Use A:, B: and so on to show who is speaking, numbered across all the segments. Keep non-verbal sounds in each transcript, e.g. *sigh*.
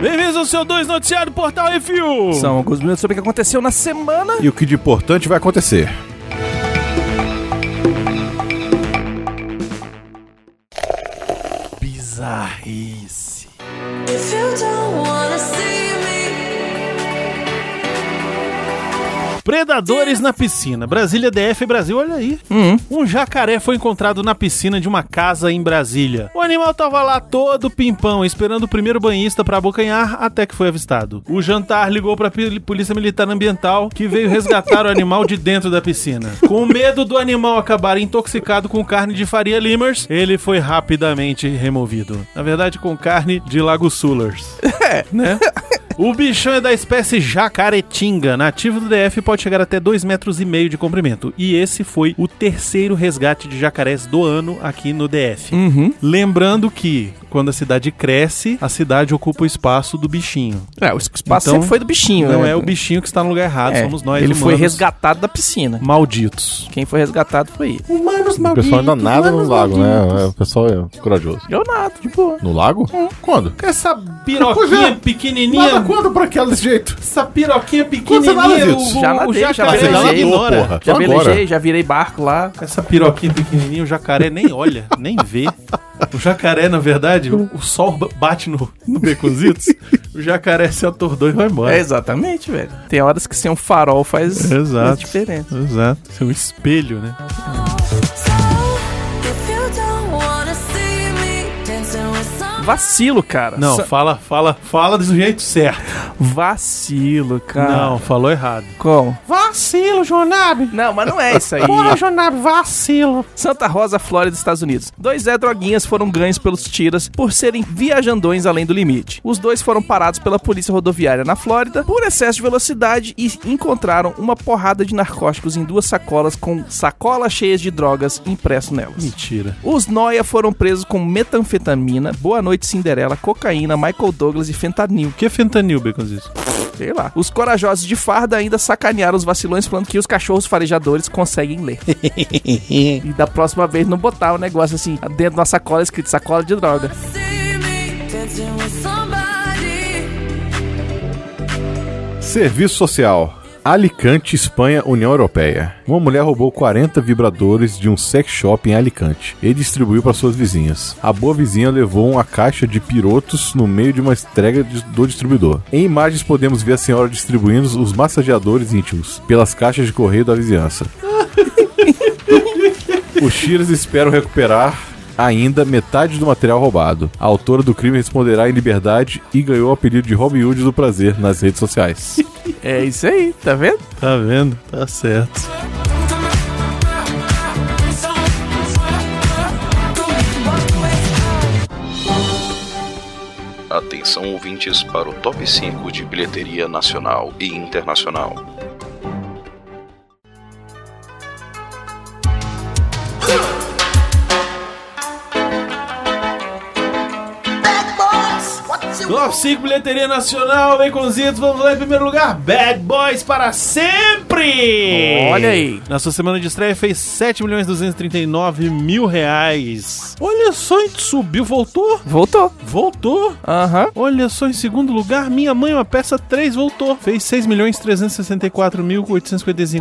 A: Bem-vindos ao seu 2 noticiário Portal Refil.
B: São alguns minutos sobre o que aconteceu na semana.
C: E o que de importante vai acontecer?
A: Bizarrice.
D: If you don't wanna see me,
A: Predadores na piscina. Brasília DF Brasil, olha aí. Um jacaré foi encontrado na piscina de uma casa em Brasília. O animal tava lá todo pimpão, esperando o primeiro banhista pra abocanhar, até que foi avistado. O jantar ligou pra pil- Polícia Militar Ambiental, que veio resgatar o animal de dentro da piscina. Com medo do animal acabar intoxicado com carne de faria limers, ele foi rapidamente removido. Na verdade, com carne de lago Sulers. né? O bichão é da espécie jacaretinga, nativo do DF e pode chegar até 2,5 metros e meio de comprimento. E esse foi o terceiro resgate de jacarés do ano aqui no DF. Lembrando que, quando a cidade cresce, a cidade ocupa o espaço do bichinho.
B: É, o espaço
A: Então,
B: sempre foi do bichinho,
A: Não
B: né?
A: é o bichinho que está no lugar errado,
B: É,
A: somos nós
B: Ele
A: humanos
B: foi resgatado da piscina.
A: malditos.
B: Quem foi resgatado foi ele.
A: Humanos
C: O pessoal ainda nada no lago, né? O pessoal é corajoso.
B: Eu nada, de boa.
C: No lago? Quando?
A: Essa piroquinha pequenininha,
C: Nada quando pra aquela desse jeito.
A: essa piroquinha
C: Quando você nada
A: pequenininha,
C: disso?
A: o,
B: Já
A: o, o
B: nadei, já
A: jacaré
B: nadei.
A: já
B: Você nadou,
A: ignora.
C: porra.
B: Já
C: Só agora.
B: velejei, já virei barco lá.
A: Essa piroquinha pequenininha, o jacaré nem olha, nem vê. O jacaré, na verdade, o o sol ba- bate no, no becositos, o jacaré se atordou e vai
B: É,
A: embora.
B: exatamente, velho. Tem horas que ser um farol faz, faz
A: Exato.
B: diferença.
A: Exato. É um espelho, né?
D: so if you don't wanna see me dancing with some
B: Vacilo, cara.
A: Não,
B: Sa-
A: fala, fala, fala do jeito certo.
B: vacilo, cara.
A: Não, falou errado.
B: Como?
A: Vacilo, Jonab.
B: Não, mas não é isso aí.
A: Jonab, vacilo.
B: Santa Rosa, Flórida, Estados Unidos. Dois Zé Droguinhas foram ganhos pelos tiras por serem viajandões além do limite. Os dois foram parados pela polícia rodoviária na Flórida por excesso de velocidade e encontraram uma porrada de narcóticos em duas sacolas com sacolas cheias de drogas impresso nelas.
A: Mentira.
B: Os Noia foram presos com metanfetamina, Boa Noite Cinderela, cocaína, Michael Douglas e fentanil.
A: O que é fentanil, Beconzitos?
B: Sei lá. Os corajosos de farda ainda sacanearam os vacilões falando que os cachorros farejadores conseguem
A: *laughs*
B: ler. e da próxima vez não botar o negócio assim, dentro da sacola escrito sacola de droga.
D: see me dancing with somebody.
C: Serviço Social. Alicante, Espanha, União Europeia. Uma mulher roubou 40 vibradores de um sex shop em Alicante e distribuiu para suas vizinhas. A boa vizinha levou uma caixa de pirotos no meio de uma entrega de- do distribuidor. Em imagens podemos ver a senhora distribuindo os massageadores íntimos pelas caixas de correio da vizinhança. Os Cheers esperam recuperar ainda metade do material roubado. A autora do crime responderá em liberdade e ganhou o apelido de Robin Hood do Prazer nas redes sociais.
B: É isso aí, tá vendo?
A: Tá vendo? Tá certo.
E: Atenção ouvintes para o top 5 de bilheteria nacional e internacional.
A: Top 5 bilheteria nacional, Baconzitos, vamos lá em primeiro lugar, Bad Boys para sempre!
B: Olha aí.
A: Na sua semana de estreia fez 7 milhões mil reais. Olha só, hein, subiu, voltou,
B: Voltou.
A: voltou.
B: Aham.
A: Olha só, em segundo lugar, Minha Mãe é uma Peça 3 voltou. Fez 6 milhões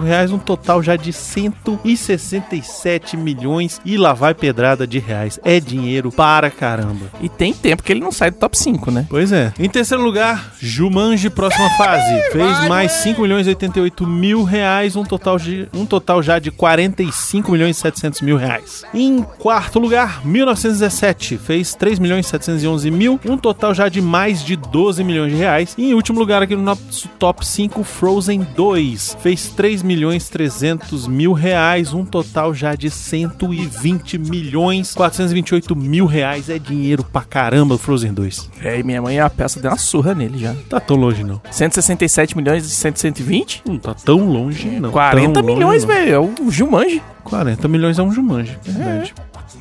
A: reais, um total já de 167 milhões e lá vai pedrada de reais. É dinheiro para caramba.
B: E tem tempo que ele não sai do top 5, né?
A: Pois é. Em terceiro lugar, Jumanji Próxima Fase. Fez mais 5 milhões e 88 mil reais, um total, de, um total já de 45 milhões e 700 mil reais. Em quarto lugar, 1917. Fez 3 milhões e 711 mil, um total já de mais de 12 milhões de reais. E em último lugar aqui no nosso top 5, Frozen 2. Fez 3 milhões e 300 mil reais, um total já de 120 milhões e 428 mil reais. É dinheiro pra caramba, Frozen 2.
B: É, e minha mãe, a peça deu uma surra nele já.
A: Tá tão longe, não.
B: 167 milhões e 120?
A: Não tá tão longe, não.
B: 40
A: Tão longe,
B: milhões,
A: não.
B: velho. É o Jumanji.
A: 40 milhões é um Jumanji, verdade.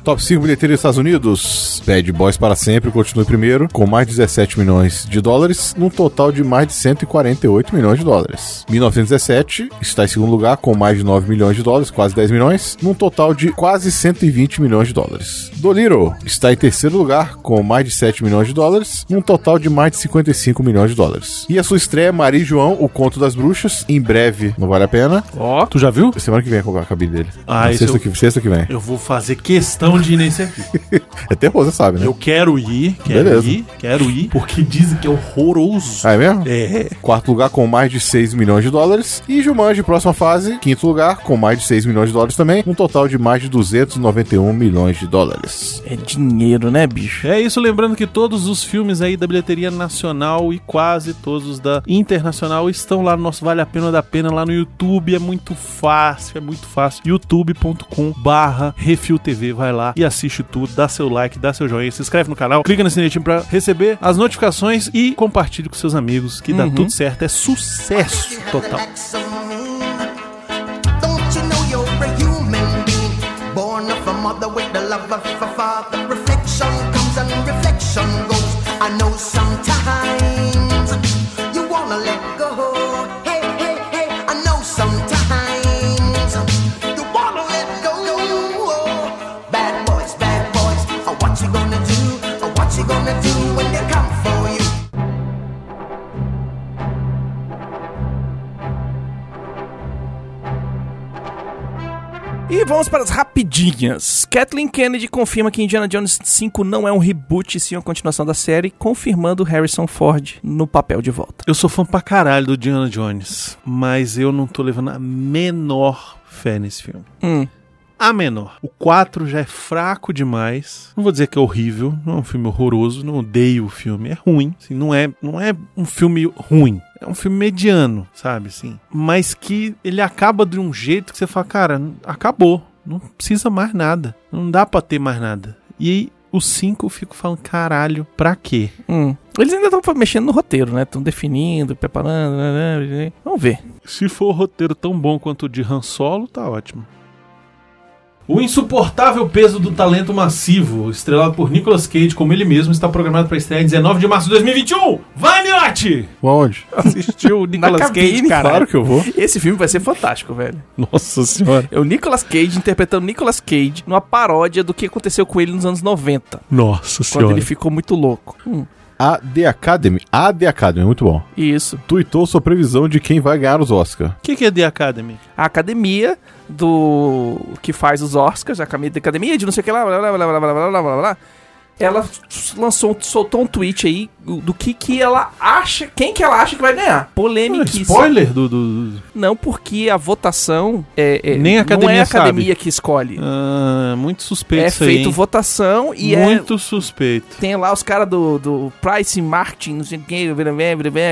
C: Top 5 bilheteria dos Estados Unidos. Bad Boys para sempre continua em primeiro, com mais 17 milhões de dólares, num total de mais de 148 milhões de dólares. 1917 está em segundo lugar, com mais de 9 milhões de dólares, quase 10 milhões, num total de quase 120 milhões de dólares. Dolittle está em terceiro lugar, com mais de 7 milhões de dólares, num total de mais de 55 milhões de dólares. E a sua estreia, Maria e João, O Conto das Bruxas, em breve, não vale a pena.
B: É. Ó,
A: Tu já viu?
C: Semana que vem é a cabine dele.
A: Ah,
C: Na
A: isso
C: sexta,
A: eu-
C: que, sexta que vem.
A: Eu vou fazer questão de ir nesse aqui.
C: É terror, você sabe, né?
A: Eu quero ir, quero
C: Beleza.
A: ir, quero ir, porque dizem que é horroroso.
C: Ah, é mesmo?
A: É.
C: Quarto lugar com mais de 6 milhões de dólares. E Jumanji, próxima fase. Quinto lugar com mais de 6 milhões de dólares também. Um total de mais de 291 milhões de dólares.
B: é dinheiro, né, bicho?
A: É isso, lembrando que todos os filmes aí da bilheteria nacional e quase todos os da internacional estão lá no nosso Vale a Pena ou da Pena, lá no YouTube. É muito fácil, é muito fácil. youtube.com barra RefilTV. Vai lá e assiste tudo, dá seu like, dá seu joinha, se inscreve no canal, clica no sinetinho pra receber as notificações e compartilhe com seus amigos, que dá tudo certo. É sucesso total.
F: Don't you know you're a human being? Born of a mother with the love of a father. Reflection comes and reflection goes. I know sometimes you wanna let go. Hey, hey, hey, I know sometimes you wanna let go. Bad boys, bad boys, oh, what you gonna do? Oh, what you gonna do when they come for you?
B: E vamos para as rapidinhas. Kathleen Kennedy confirma que Indiana Jones 5 não é um reboot, e sim uma continuação da série, confirmando Harrison Ford no papel de volta.
A: Eu sou fã pra caralho do Diana Jones, mas eu não tô levando a menor fé nesse filme.
B: Hum.
A: A menor. O 4 já é fraco demais. Não vou dizer que é horrível, não é um filme horroroso, não odeio o filme, é ruim. assim, não, é, não é um filme ruim. É um filme mediano, sabe, assim. Mas que ele acaba de um jeito que você fala, cara, acabou. Não precisa mais nada. Não dá pra ter mais nada. E o 5 eu fico falando, caralho, pra quê?
B: Hum. Eles ainda estão mexendo no roteiro, né? Estão definindo, preparando. né, né, né. Vamos ver.
A: Se for um roteiro tão bom quanto o de Han Solo, tá ótimo. O insuportável peso do talento massivo, estrelado por Nicolas Cage como ele mesmo, está programado para estreia em 19 de março de 2021. Vai, Miotti!
C: Onde?
A: Assistiu o Nicolas
B: cabine,
A: Cage, cara.
C: Claro que eu vou.
B: Esse filme vai ser fantástico, velho.
A: Nossa senhora.
B: É o Nicolas Cage interpretando Nicolas Cage numa paródia do que aconteceu com ele nos anos 90,
A: Nossa
B: quando
A: senhora.
B: ele ficou muito louco. Hum.
C: A The Academy. A The Academy, muito bom.
B: Isso.
C: Tuitou sua previsão de quem vai ganhar os Oscar.
A: O que, que é The Academy?
B: a academia do que faz os Oscars, a academia- academia de não sei o que lá, blá blá blá blá blá blá blá blá. blá. Ela lançou, soltou um tweet aí do que que ela acha, quem que ela acha que vai ganhar. Polêmica.
A: É, Spoiler do... do- do-
B: Não, porque a votação é, é-
A: Nem a
B: não é
A: academia
B: a academia que escolhe.
A: Ah, muito suspeito
B: é
A: isso aí,
B: feito
A: hein?
B: votação e é
A: Muito suspeito.
B: tem lá os caras do, do Price Martin, não sei quem,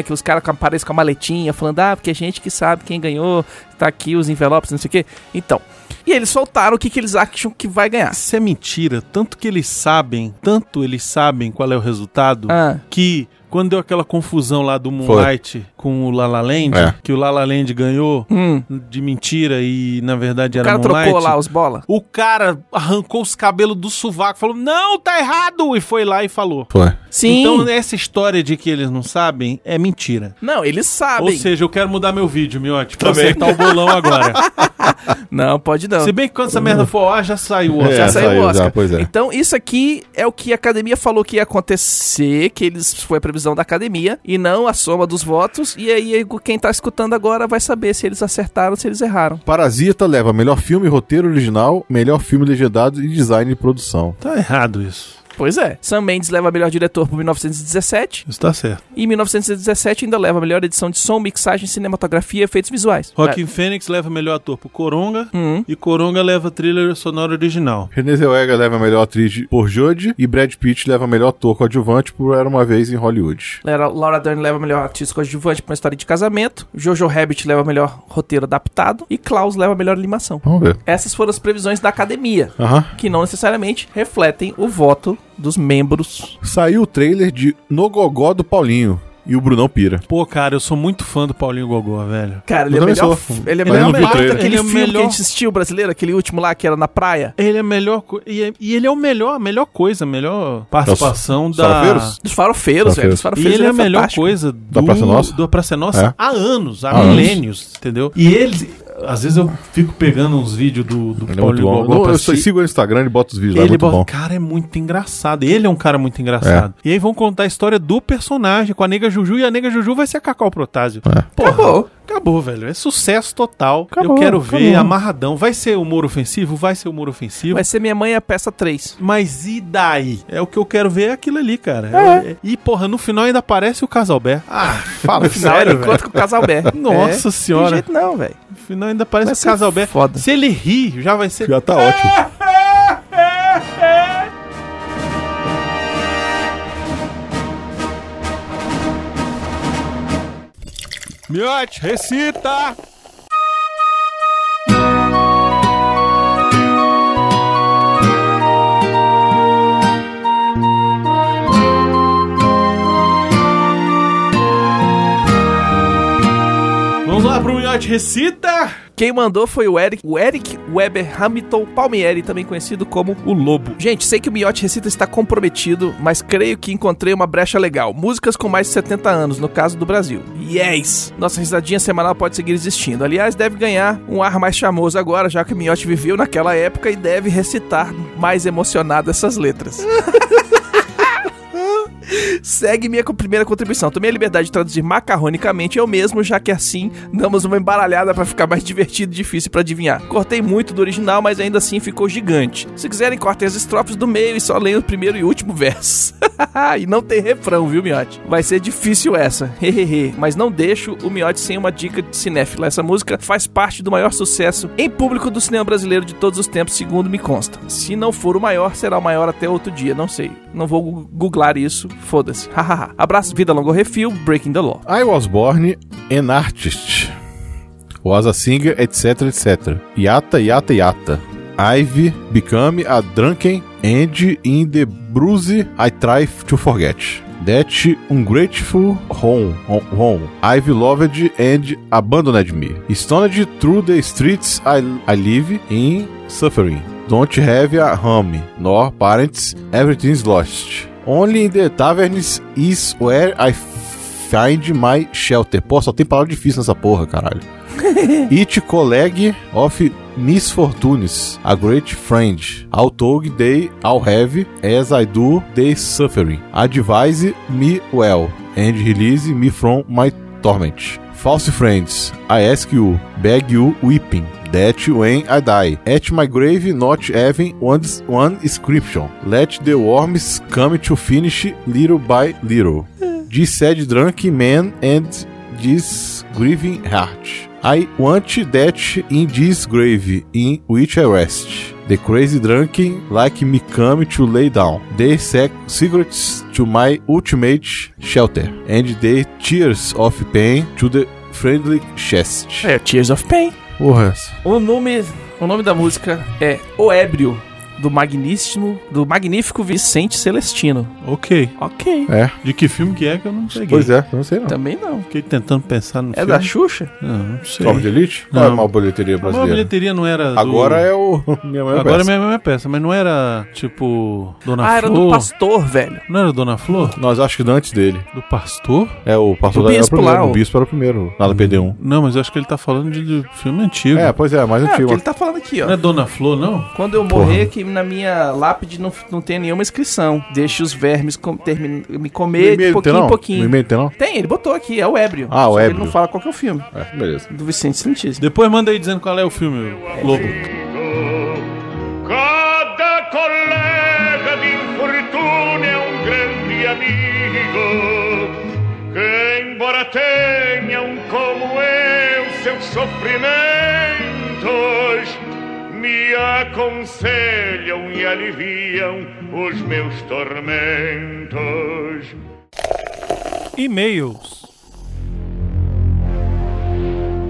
B: que os caras aparecem com a maletinha, falando, ah, porque a gente que sabe quem ganhou, tá aqui os envelopes, não sei o quê. Então. E eles soltaram o que, que eles acham que vai ganhar.
A: Isso é mentira. Tanto que eles sabem, tanto eles sabem qual é o resultado,
B: Ah,
A: que quando deu aquela confusão lá do Moonlight com o La La Land,
C: É.
A: que o La La Land ganhou
B: hum.
A: de mentira e na verdade
B: O
A: era
B: cara
A: Moonlight.
B: trocou lá os bola.
A: O cara arrancou os cabelos do sovaco, falou: "Não, tá errado!" e foi lá e falou.
C: Foi.
B: Sim.
A: Então essa história de que eles não sabem é mentira.
B: Não, eles sabem.
A: Ou seja, eu quero mudar meu vídeo, Miotti, pra
C: Também.
A: acertar o bolão agora.
C: *laughs*
B: Não, pode não.
A: Se bem que quando essa merda for ao ar, já saiu. ó.
C: É,
B: já saiu
C: saiu
B: o
C: já,
B: Oscar.
C: pois é.
B: Então, isso aqui é o que a academia falou que ia acontecer, que eles foi a previsão da academia, e não a soma dos votos. E aí, quem tá escutando agora vai saber se eles acertaram ou se eles erraram.
C: Parasita leva melhor filme, roteiro original, melhor filme legendado e design de produção.
A: Tá errado isso.
B: Pois é. Sam Mendes leva melhor diretor por 1917
A: Isso tá certo.
B: e 1917 ainda leva melhor edição de som, mixagem, cinematografia e efeitos visuais.
A: Rockin' Fênix leva melhor ator pro Coronga
B: Hum.
A: e Coronga leva thriller sonoro original.
C: Renée Zellweger leva melhor atriz de- por Jodie e Brad Pitt leva melhor ator coadjuvante por Era Uma Vez em Hollywood.
B: Laura- Laura Dern leva melhor artista coadjuvante para uma história de casamento. Jojo Rabbit leva melhor roteiro adaptado. E Klaus leva melhor animação.
C: Vamos ver.
B: Essas foram as previsões da academia,
C: Aham.
B: que não necessariamente refletem o voto dos membros.
C: Saiu o trailer de No Gogó do Paulinho. e o Brunão pira.
A: Pô, cara, eu sou muito fã do Paulinho Gogó, velho.
B: Cara, ele é
C: Eu
B: o
C: também
B: melhor.
C: sou.
B: Ele é
C: Mas eu
B: melhor
C: não vi o
B: melhor
C: trailer.
B: daquele
A: Ele é
B: filme que a
A: melhor.
B: gente assistiu brasileiro, aquele último lá que era na praia.
A: Ele é a melhor. co- E, é- e ele é o melhor, a melhor coisa, a melhor participação
B: um
C: Os-
A: da.
C: Sarafeiros?
B: Dos farofeiros,
C: Farofeiros.
B: velho. Dos
A: E
B: farofeiros
A: ele é a melhor
B: fantástico.
A: coisa do,
C: Praça Nossa?
A: do Praça Nossa
C: É.
A: há anos, há,
C: Há anos.
A: milênios, entendeu? E ele, às vezes eu fico pegando uns vídeos do, do
C: Ele é muito
A: Paulinho
C: bom.
A: Gogó
C: Eu,
A: pra
C: eu
B: assim,
C: só
A: assistir.
C: sigo ele no Instagram e boto os vídeos lá,
A: Ele
C: muito
A: bota,
C: bom. É.
A: cara, é muito engraçado. Ele é um cara muito engraçado. E aí vão contar a história do personagem com a Nega Juju e a Nega Juju vai ser a Cacau Protásio.
C: É.
A: Porra,
B: Acabou.
A: Acabou, velho. É sucesso total. Eu
C: Acabou,
A: quero ver,
C: acabou.
A: amarradão. Vai ser humor ofensivo? Vai ser humor ofensivo.
B: Vai
A: Mas...
B: ser Minha Mãe é a Peça 3.
A: e daí? É o que eu quero ver, é aquilo ali, cara. É- E, porra, no final ainda aparece o Casalbé. Ah, fala
B: No final ele encontra com o Casalbé.
A: *laughs* Nossa
B: É,
A: senhora.
B: Tem jeito não, velho.
A: No final ainda aparece
B: Vai
A: o
B: ser
A: Casalbé.
B: foda.
A: Se ele rir, já vai ser.
C: Já tá ótimo.
A: Miote, recita! Vamos lá pro Miote Recita!
B: Quem mandou foi o Eric, o Eric Weber Hamilton Palmieri, também conhecido como o Lobo. Gente, sei que o Miote Recita está comprometido, mas creio que encontrei uma brecha legal. Músicas com mais de 70 anos, no caso do Brasil. Yes! Nossa risadinha semanal pode seguir existindo. Aliás, deve ganhar um ar mais chamoso agora, já que o Miote viveu naquela época e deve recitar mais emocionado essas letras. Segue minha co- primeira contribuição. Tomei a liberdade de traduzir macarronicamente eu mesmo, já que assim damos uma embaralhada pra ficar mais divertido e difícil pra adivinhar. Cortei muito do original, mas ainda assim ficou gigante. Se quiserem, cortem as estrofes do meio e só leiam o primeiro e último verso. *laughs* e não tem refrão, viu, Miote? Vai ser difícil essa. *laughs* Hehehe. mas não deixo o Miote sem uma dica de cinéfila. Essa música faz parte do maior sucesso em público do cinema brasileiro de todos os tempos, segundo me consta. Se não for o maior, será o maior até outro dia, não sei. Não vou gu- googlar isso, foda-se. *laughs* Hahaha. Abraço, vida longa ao refil, Breaking the Law.
C: I was born an artist. Was a singer, etc, etc. Yata, yata, yata. I've become a drunken and in the bruise I try to forget. That ungrateful home, home I've loved and abandoned me. Stoned through the streets I, I live in suffering. Don't have a home, nor parents, everything's lost. Only in the taverns is where I Find My Shelter. Pô, só tem palavra difícil nessa porra, caralho. It Colleague of Misfortunes, a great friend. I'll talk they all have, as I do they suffering. Advise me well, and release me from my torment. False friends, I ask you, beg you weeping. That when I die, at my grave not having one, one inscription. Let the worms come to finish little by little. This sad drunk man and this grieving heart. I want that in this grave in which I rest. The crazy drunken like me come to lay down. They sec secrets to my ultimate shelter. And they tears of pain to the friendly chest.
B: É, Tears of Pain.
C: Porra.
B: O nome, o nome da música é O Ébrio, do magníssimo, do magnífico Vicente Celestino.
A: Ok.
B: Ok.
A: De que filme que é que eu não peguei?
C: Pois é, não sei
A: Tá.
C: não.
B: Também não.
A: Fiquei tentando pensar no
B: É
A: filme.
B: da Xuxa?
A: Não, não sei.
C: Tropa de Elite?
A: Não.
C: Não. Qual é a maior bilheteria
A: Mas a
C: brasileira?
A: bilheteria não era. do-
C: Agora é o... *laughs* Minha mãe
A: Agora é minha mesma peça, mas não era tipo. Dona
B: ah, era
A: Flor.
B: do pastor, velho.
A: Não era Dona Flor?
C: Nós acho que antes dele.
A: Do pastor?
C: É, o pastor
B: O
C: Daniel
B: bispo
C: era o primeiro.
B: lá, o-
C: o bispo era o primeiro. Nada PD1.
A: Não, mas eu acho que ele tá falando de, de filme antigo.
C: É, pois é, mais
B: É, porque
C: antigo.
B: ele tá falando aqui, ó.
A: Não é Dona Flor, não?
B: Quando eu morrer, que na minha lápide não, não tem nenhuma inscrição. Deixe os vermes com- termin- me comer de
C: tem
B: pouquinho
C: não?
B: em
C: No
B: pouquinho.
C: e-mail tem não?
B: Tem, ele botou aqui, é o ébrio.
C: Ah, o
B: Só que
C: Ébrio.
B: Ele não fala qual que é o filme.
C: É, beleza.
B: Do Vicente Santíssimo.
A: Depois manda aí dizendo qual é o filme, Lobo.
G: Cada collega di infortunio è un é um grande amico che embora tenha un como eu seus sofrimentos me aconselham e aliviam os meus tormentos.
A: E-mails.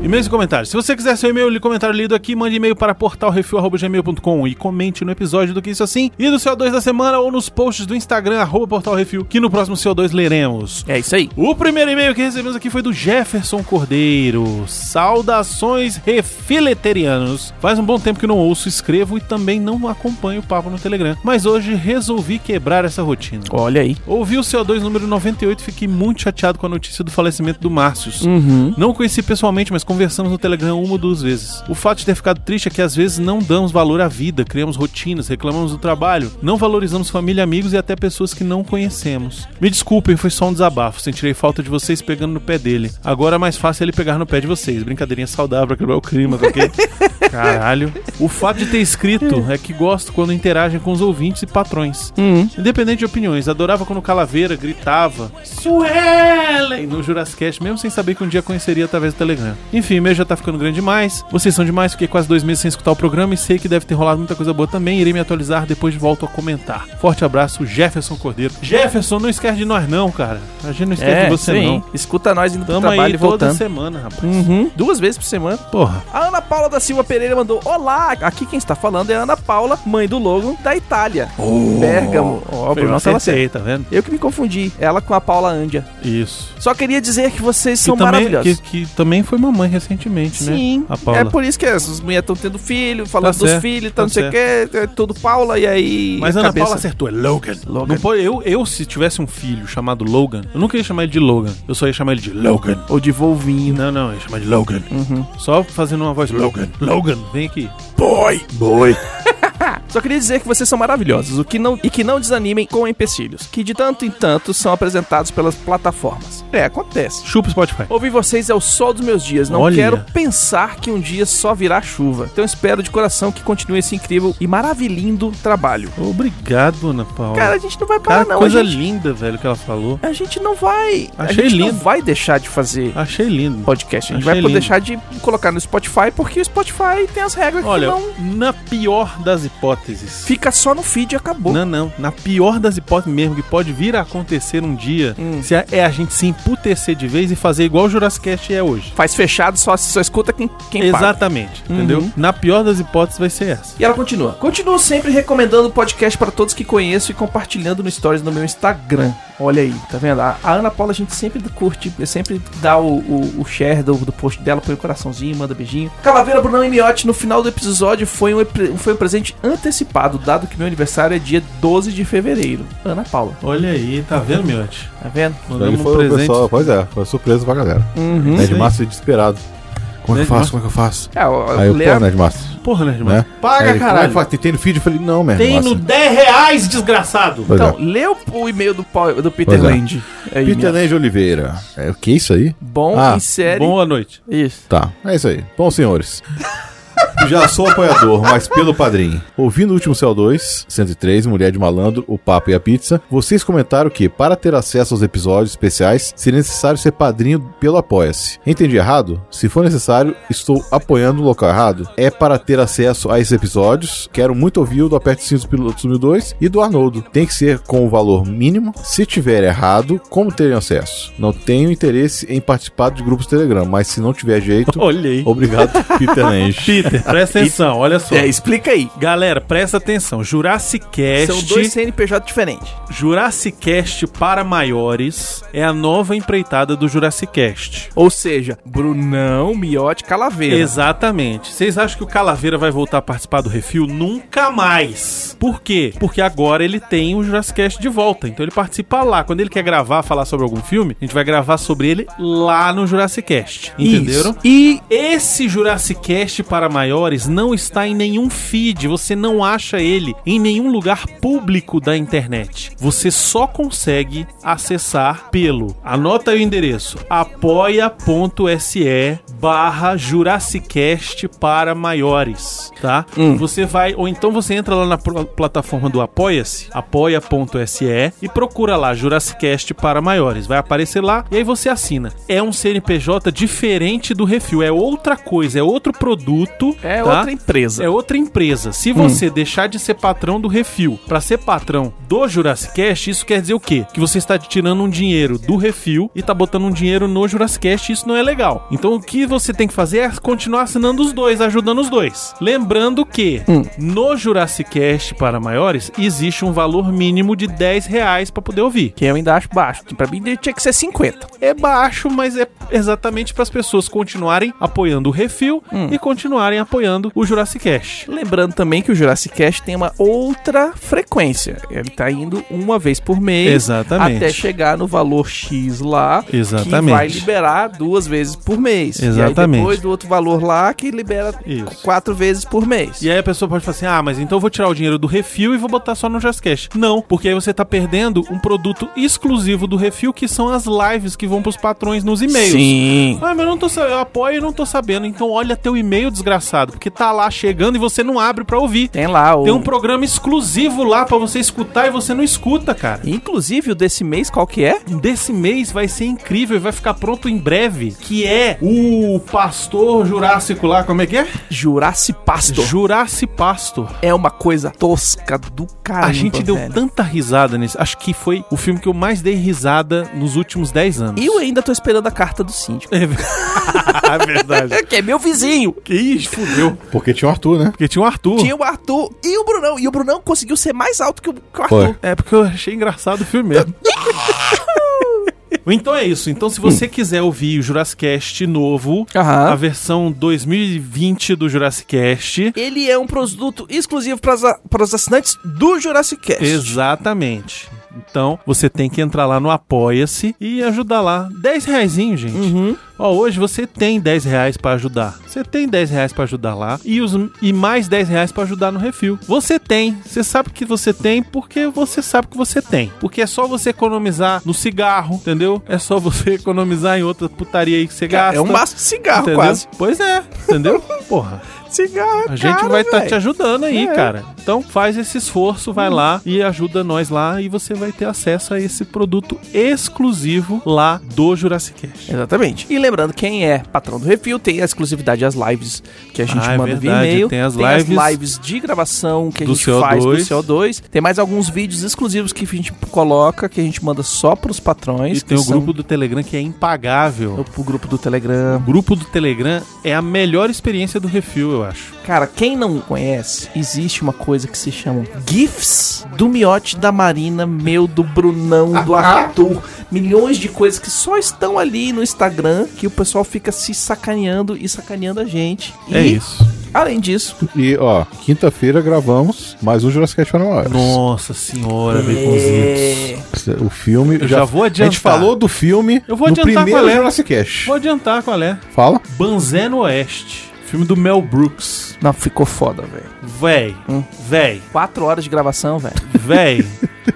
A: E-mails e comentários. Se você quiser seu e-mail li- comentário lido aqui, mande e-mail para portalrefil.gmail.com e comente no episódio do Que Isso Assim e do CO2 da semana ou nos posts do Instagram, arroba portalrefil, que no próximo CO2 leremos.
B: É isso aí.
A: O primeiro e-mail que recebemos aqui foi do Jefferson Cordeiro. Saudações refileterianos. Faz um bom tempo que não ouço, escrevo e também não acompanho o papo no Telegram. Mas hoje resolvi quebrar essa rotina.
B: Olha aí.
A: Ouvi o CO2 número 98 e fiquei muito chateado com a notícia do falecimento do Márcios. Não conheci pessoalmente, mas conversamos no Telegram uma ou duas vezes. O fato de ter ficado triste é que às vezes não damos valor à vida, criamos rotinas, reclamamos do trabalho, não valorizamos família, amigos e até pessoas que não conhecemos. Me desculpem, foi só um desabafo. Sentirei falta de vocês pegando no pé dele. Agora é mais fácil ele pegar no pé de vocês. Brincadeirinha saudável pra quebrar o clima, tá ok? *laughs* Caralho. O fato de ter escrito é que gosto quando interagem com os ouvintes e patrões. Independente de opiniões, adorava quando Calaveira gritava Suelen! no Jurassicast, mesmo sem saber que um dia conheceria através do Telegram. Enfim, o meu já tá ficando grande demais. Vocês são demais, fiquei quase dois meses sem escutar o programa e sei que deve ter rolado muita coisa boa também. Irei me atualizar, depois volto a comentar. Forte abraço, Jefferson Cordeiro. Jefferson, não esquece de nós não, cara. A gente não esquece de você
B: É, sim.
A: não.
B: Escuta nós indo
A: Tamo
B: pro trabalho
A: aí
B: e
A: toda
B: voltando.
A: semana, rapaz.
B: Uhum. Duas vezes por semana.
A: Porra.
B: A Ana Paula da Silva Pereira mandou: Olá, aqui quem está falando é a Ana Paula, mãe do Logan, da Itália. Bergamo. Ó,
A: Foi, eu
B: Bruno, ela
A: acertei, tá vendo?
B: Eu que me confundi. Ela com a Paula Andia.
A: Isso.
B: Só queria dizer que vocês
A: Que
B: são
A: também,
B: maravilhosos.
A: que, que também foi mamãe recentemente, né?
B: Sim,
A: A Paula.
B: é por isso que as mulheres estão tendo filho, falando
A: Tá
B: dos
A: certo,
B: filhos, tá não
A: tá
B: sei o que, é tudo Paula, e aí.
A: Mas Ana
B: cabeça.
A: Paula acertou, é Logan.
B: Logan.
A: Não pode, eu, eu, se tivesse um filho chamado Logan, eu nunca ia chamar ele de Logan. Eu só ia chamar ele de Logan.
B: Ou de Volvinho.
A: Não, não, eu ia chamar de Logan. Só fazendo uma voz. Logan. Logan, vem aqui.
B: Só queria dizer que vocês são maravilhosos o que não, e que não desanimem com empecilhos, que de tanto em tanto são apresentados pelas plataformas. É, acontece.
A: Chupa o Spotify.
B: Ouvir vocês é o sol dos meus dias. Não
A: Olha.
B: quero pensar que um dia só virá chuva. Então espero de coração que continue esse incrível e maravilhindo trabalho.
A: Obrigado, Ana Paula.
B: Cara, a gente não vai parar,
A: Cara,
B: não.
A: coisa
B: a, gente,
A: linda, velho, que ela falou.
B: a gente não vai. a
A: Achei
B: gente não
A: lindo.
B: vai deixar de fazer
A: Achei lindo.
B: podcast. A gente
A: Achei
B: vai
A: lindo.
B: deixar de colocar no Spotify, porque o Spotify tem as regras
A: Olha,
B: que não
A: na pior das hipóteses.
B: fica só no feed e acabou.
A: Não, não. Na pior das hipóteses mesmo, que pode vir a acontecer um dia, se a- é a gente se emputecer de vez e fazer igual o Jurassic Cast é hoje.
B: Faz fechado, só, só escuta quem, quem paga.
A: Exatamente, entendeu? Na pior das hipóteses vai ser essa.
B: E ela continua. Continuo sempre recomendando o podcast para todos que conheço e compartilhando no Stories no meu Instagram. Olha aí, tá vendo? A a Ana Paula a gente sempre curte, sempre dá o, o- o share do, do post dela, põe o coraçãozinho, manda beijinho. Calaveira, Brunão e Miotti, no final do episódio foi um, epre- foi um presente antecipado, dado que meu aniversário é dia 12 de fevereiro. Ana Paula,
A: Olha aí, tá vendo, Miotti?
B: tá vendo?
A: Mandamos
C: Então, Ele
A: um
C: foi o
A: presente.
C: pessoal- pois é, foi surpresa pra galera.
B: Uhum.
A: Isso aí.
C: Nerdmaster desesperado. Como é que eu
A: Nerdmaster?
C: faço? Como é que eu faço?
B: É, o,
C: Aí
B: o
C: eu,
B: Lea-
C: pô, Nerdmaster.
A: Porra, né, demais.
C: Né? Aí ele, como é que faz? Tem- Tem no feed? Eu falei, não, Nerdmaster.
A: 10 reais, desgraçado.
C: Pois
B: Então,
C: é.
B: lê o, o e-mail do, Paul- do Peter
C: Pois é.
B: Land. Aí, minha-
C: Peter Lange Oliveira. É o que isso aí?
B: Bom
C: Ah,
B: em série.
A: Boa noite.
B: Isso.
C: Tá, é isso aí. Bom, senhores. Já sou apoiador, mas pelo padrinho. Ouvindo o último Céu 2, 103, Mulher de Malandro, O Papo e a Pizza, vocês comentaram que, para ter acesso aos episódios especiais, seria necessário ser padrinho pelo Apoia-se. Entendi errado? Se for necessário, estou apoiando o local errado? É para ter acesso a esses episódios. Quero muito ouvir o do Aperte Cintos Pilotos 2002 e do Arnoldo. Tem que ser com o valor mínimo. Se tiver errado, como terem acesso? Não tenho interesse em participar de grupos Telegram, mas se não tiver jeito,
A: *laughs* Olha aí.
C: Obrigado, Peter Lange.
A: Peter, presta atenção, olha só.
B: É, explica aí.
A: Galera, presta atenção. Jurassic
B: São dois
A: Cast,
B: CNPJ diferentes.
A: Jurassic Cast para maiores é a nova empreitada do Jurassic Cast.
B: Ou seja, Brunão, Miote, Calaveira.
A: Exatamente. Vocês acham que o Calaveira vai voltar a participar do refil? Nunca mais. Por quê? Porque agora ele tem o Jurassic Cast de volta. Então ele participa lá. Quando ele quer gravar, falar sobre algum filme, a gente vai gravar sobre ele lá no Jurassic Cast. Entenderam?
B: Isso. E
A: Esse Jurassic Cast para maiores não está em nenhum feed, você não acha ele em nenhum lugar público da internet. Você só consegue acessar pelo. Anota aí o endereço: apoia.se barra Jurassicast para maiores, tá? Você vai, ou então você entra lá na pro- plataforma do Apoia-se, apoia.se e procura lá Jurassicast para maiores. Vai aparecer lá e aí você assina. É um CNPJ diferente do refil, é outra coisa, é outro produto.
B: é
A: tá?
B: outra empresa.
A: É outra empresa. Se você deixar de ser patrão do Refil para ser patrão do Jurassic Cast, isso quer dizer o quê? Que você está tirando um dinheiro do Refil e tá botando um dinheiro no Jurassic Cast, isso não é legal. Então o que você tem que fazer é continuar assinando os dois, ajudando os dois. Lembrando que no Jurassicast para maiores existe um valor mínimo de 10 reais pra poder ouvir.
B: Que eu ainda acho baixo. Pra mim tinha que ser 50.
A: É baixo, mas é exatamente para as pessoas continuarem apoiando o Refil e continuarem apoiando o Jurassicast.
B: Lembrando também que o Jurassic Cast tem uma outra frequência. Ele tá indo uma vez por mês.
A: Exatamente.
B: Até chegar no valor X lá. Que
A: Exatamente.
B: vai liberar duas vezes por mês. E aí
A: Exatamente.
B: depois do outro valor lá que libera
A: Isso.
B: quatro vezes por mês.
A: E aí a pessoa pode falar assim: ah, mas então eu vou tirar o dinheiro do refil e vou botar só no Just Cash. Não, porque aí você tá perdendo um produto exclusivo do refil, que são as lives que vão pros patrões nos e-mails.
B: Sim.
A: Ah, mas eu não tô sabendo, eu apoio e não tô sabendo. Então olha teu e-mail, desgraçado, porque tá lá chegando e você não abre pra ouvir.
B: Tem lá o.
A: Tem um programa exclusivo lá pra você escutar e você não escuta, cara.
B: Inclusive o desse mês, qual que é?
A: Desse mês vai ser incrível e vai ficar pronto em breve. Que é o Pastor Jurássico lá, como é que é?
B: Jurassic Pastor.
A: Jurassic Pastor.
B: é uma coisa tosca do caramba.
A: A gente deu
B: velho.
A: tanta risada nesse. Acho que foi o filme que eu mais dei risada nos últimos 10 anos.
B: Eu ainda tô esperando a carta do síndico.
A: *laughs* É ver- É verdade.
B: *laughs* É que é meu vizinho.
A: Que isso, fudeu.
C: Porque tinha o Arthur, né?
A: Porque tinha o Arthur.
B: Tinha o Arthur e o Brunão. E o Brunão conseguiu ser mais alto que o que o
C: Foi.
B: Arthur.
A: É porque eu achei engraçado o filme
B: *laughs*
A: mesmo. Então é isso. Então, se
B: Hum.
A: você quiser ouvir o Jurassicast novo,
B: Aham.
A: a versão 2020 do Jurassicast.
B: Ele é um produto exclusivo para os assinantes do Jurassic Cast.
A: Exatamente. Então, você tem que entrar lá no Apoia-se e ajudar lá. 10 reais, gente.
B: Uhum.
A: Ó, hoje você tem 10 reais pra ajudar. Você tem 10 reais pra ajudar lá e, os, e mais 10 reais pra ajudar no refil. Você tem. Você sabe que você tem porque você sabe que você tem. Porque é só você economizar no cigarro, entendeu? É só você *laughs* economizar em outra putaria aí que você gasta.
B: É um maço de cigarro
A: entendeu?
B: quase.
A: Pois é,
B: *laughs*
A: entendeu? Porra.
B: Cigarro,
A: A gente vai estar te ajudando aí,
B: É.
A: cara. Então faz esse esforço, vai lá e ajuda nós lá e você vai ter acesso a esse produto exclusivo lá do Jurassic
B: É
A: Cast.
B: Exatamente. E lembrando, quem é patrão do Refil tem a exclusividade às lives que a gente
A: Ah, é
B: manda via
A: verdade,
B: e-mail.
A: tem as lives
B: de gravação que a
A: do
B: gente faz do
A: CO2.
B: CO2. Tem mais alguns vídeos exclusivos que a gente coloca, que a gente manda só pros patrões.
A: E tem
B: que
A: o
B: são
A: grupo do Telegram que é impagável.
B: o grupo do Telegram.
A: O grupo do Telegram é a melhor experiência do refil, eu acho.
B: Cara, quem não conhece, existe uma coisa que se chama GIFs do Miote da Marina, meu, do Brunão, do Arthur. Milhões de coisas que só estão ali no Instagram, que o pessoal fica se sacaneando e sacaneando a gente.
A: É
B: E,
A: isso.
B: Além disso,
C: E, ó, quinta-feira gravamos mais um Jurassic Cast para nós.
A: Nossa senhora, baconzitos.
C: O filme.
A: Eu já vou adiantar.
C: A gente falou do filme
A: Eu vou
C: no
A: adiantar
C: primeiro
A: qual é.
C: Jurassic Cast.
A: Vou adiantar qual é.
C: Fala.
A: Banzé no Oeste. Filme do Mel Brooks.
B: Não, ficou foda, velho.
A: Véi, véi,
B: Quatro horas de gravação, velho.
A: véi.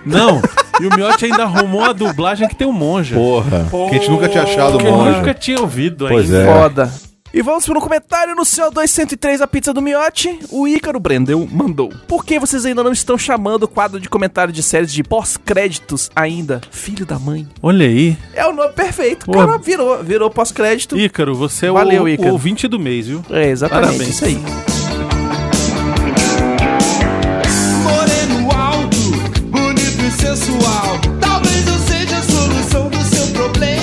A: Não. E o Miotti ainda arrumou a dublagem que tem um monja.
C: Porra. Que a gente nunca tinha achado o
A: Porque eu nunca
C: monge.
A: tinha ouvido
C: Pois
A: ainda.
C: É.
B: Foda. E vamos para um comentário no CO203, a pizza do Miote. O Ícaro Brendel mandou. Por que vocês ainda não estão chamando o quadro de comentário de séries de pós-créditos ainda? Filho da mãe.
A: Olha aí.
B: É o nome perfeito. O
A: Pô.
B: cara virou, virou pós-crédito.
A: Ícaro, você é
B: Valeu,
A: o,
B: Ícaro.
A: o ouvinte do mês, viu?
B: É, exatamente
A: Parabéns.
B: isso aí.
H: Moreno alto, bonito e sensual. Talvez eu seja a solução do seu problema.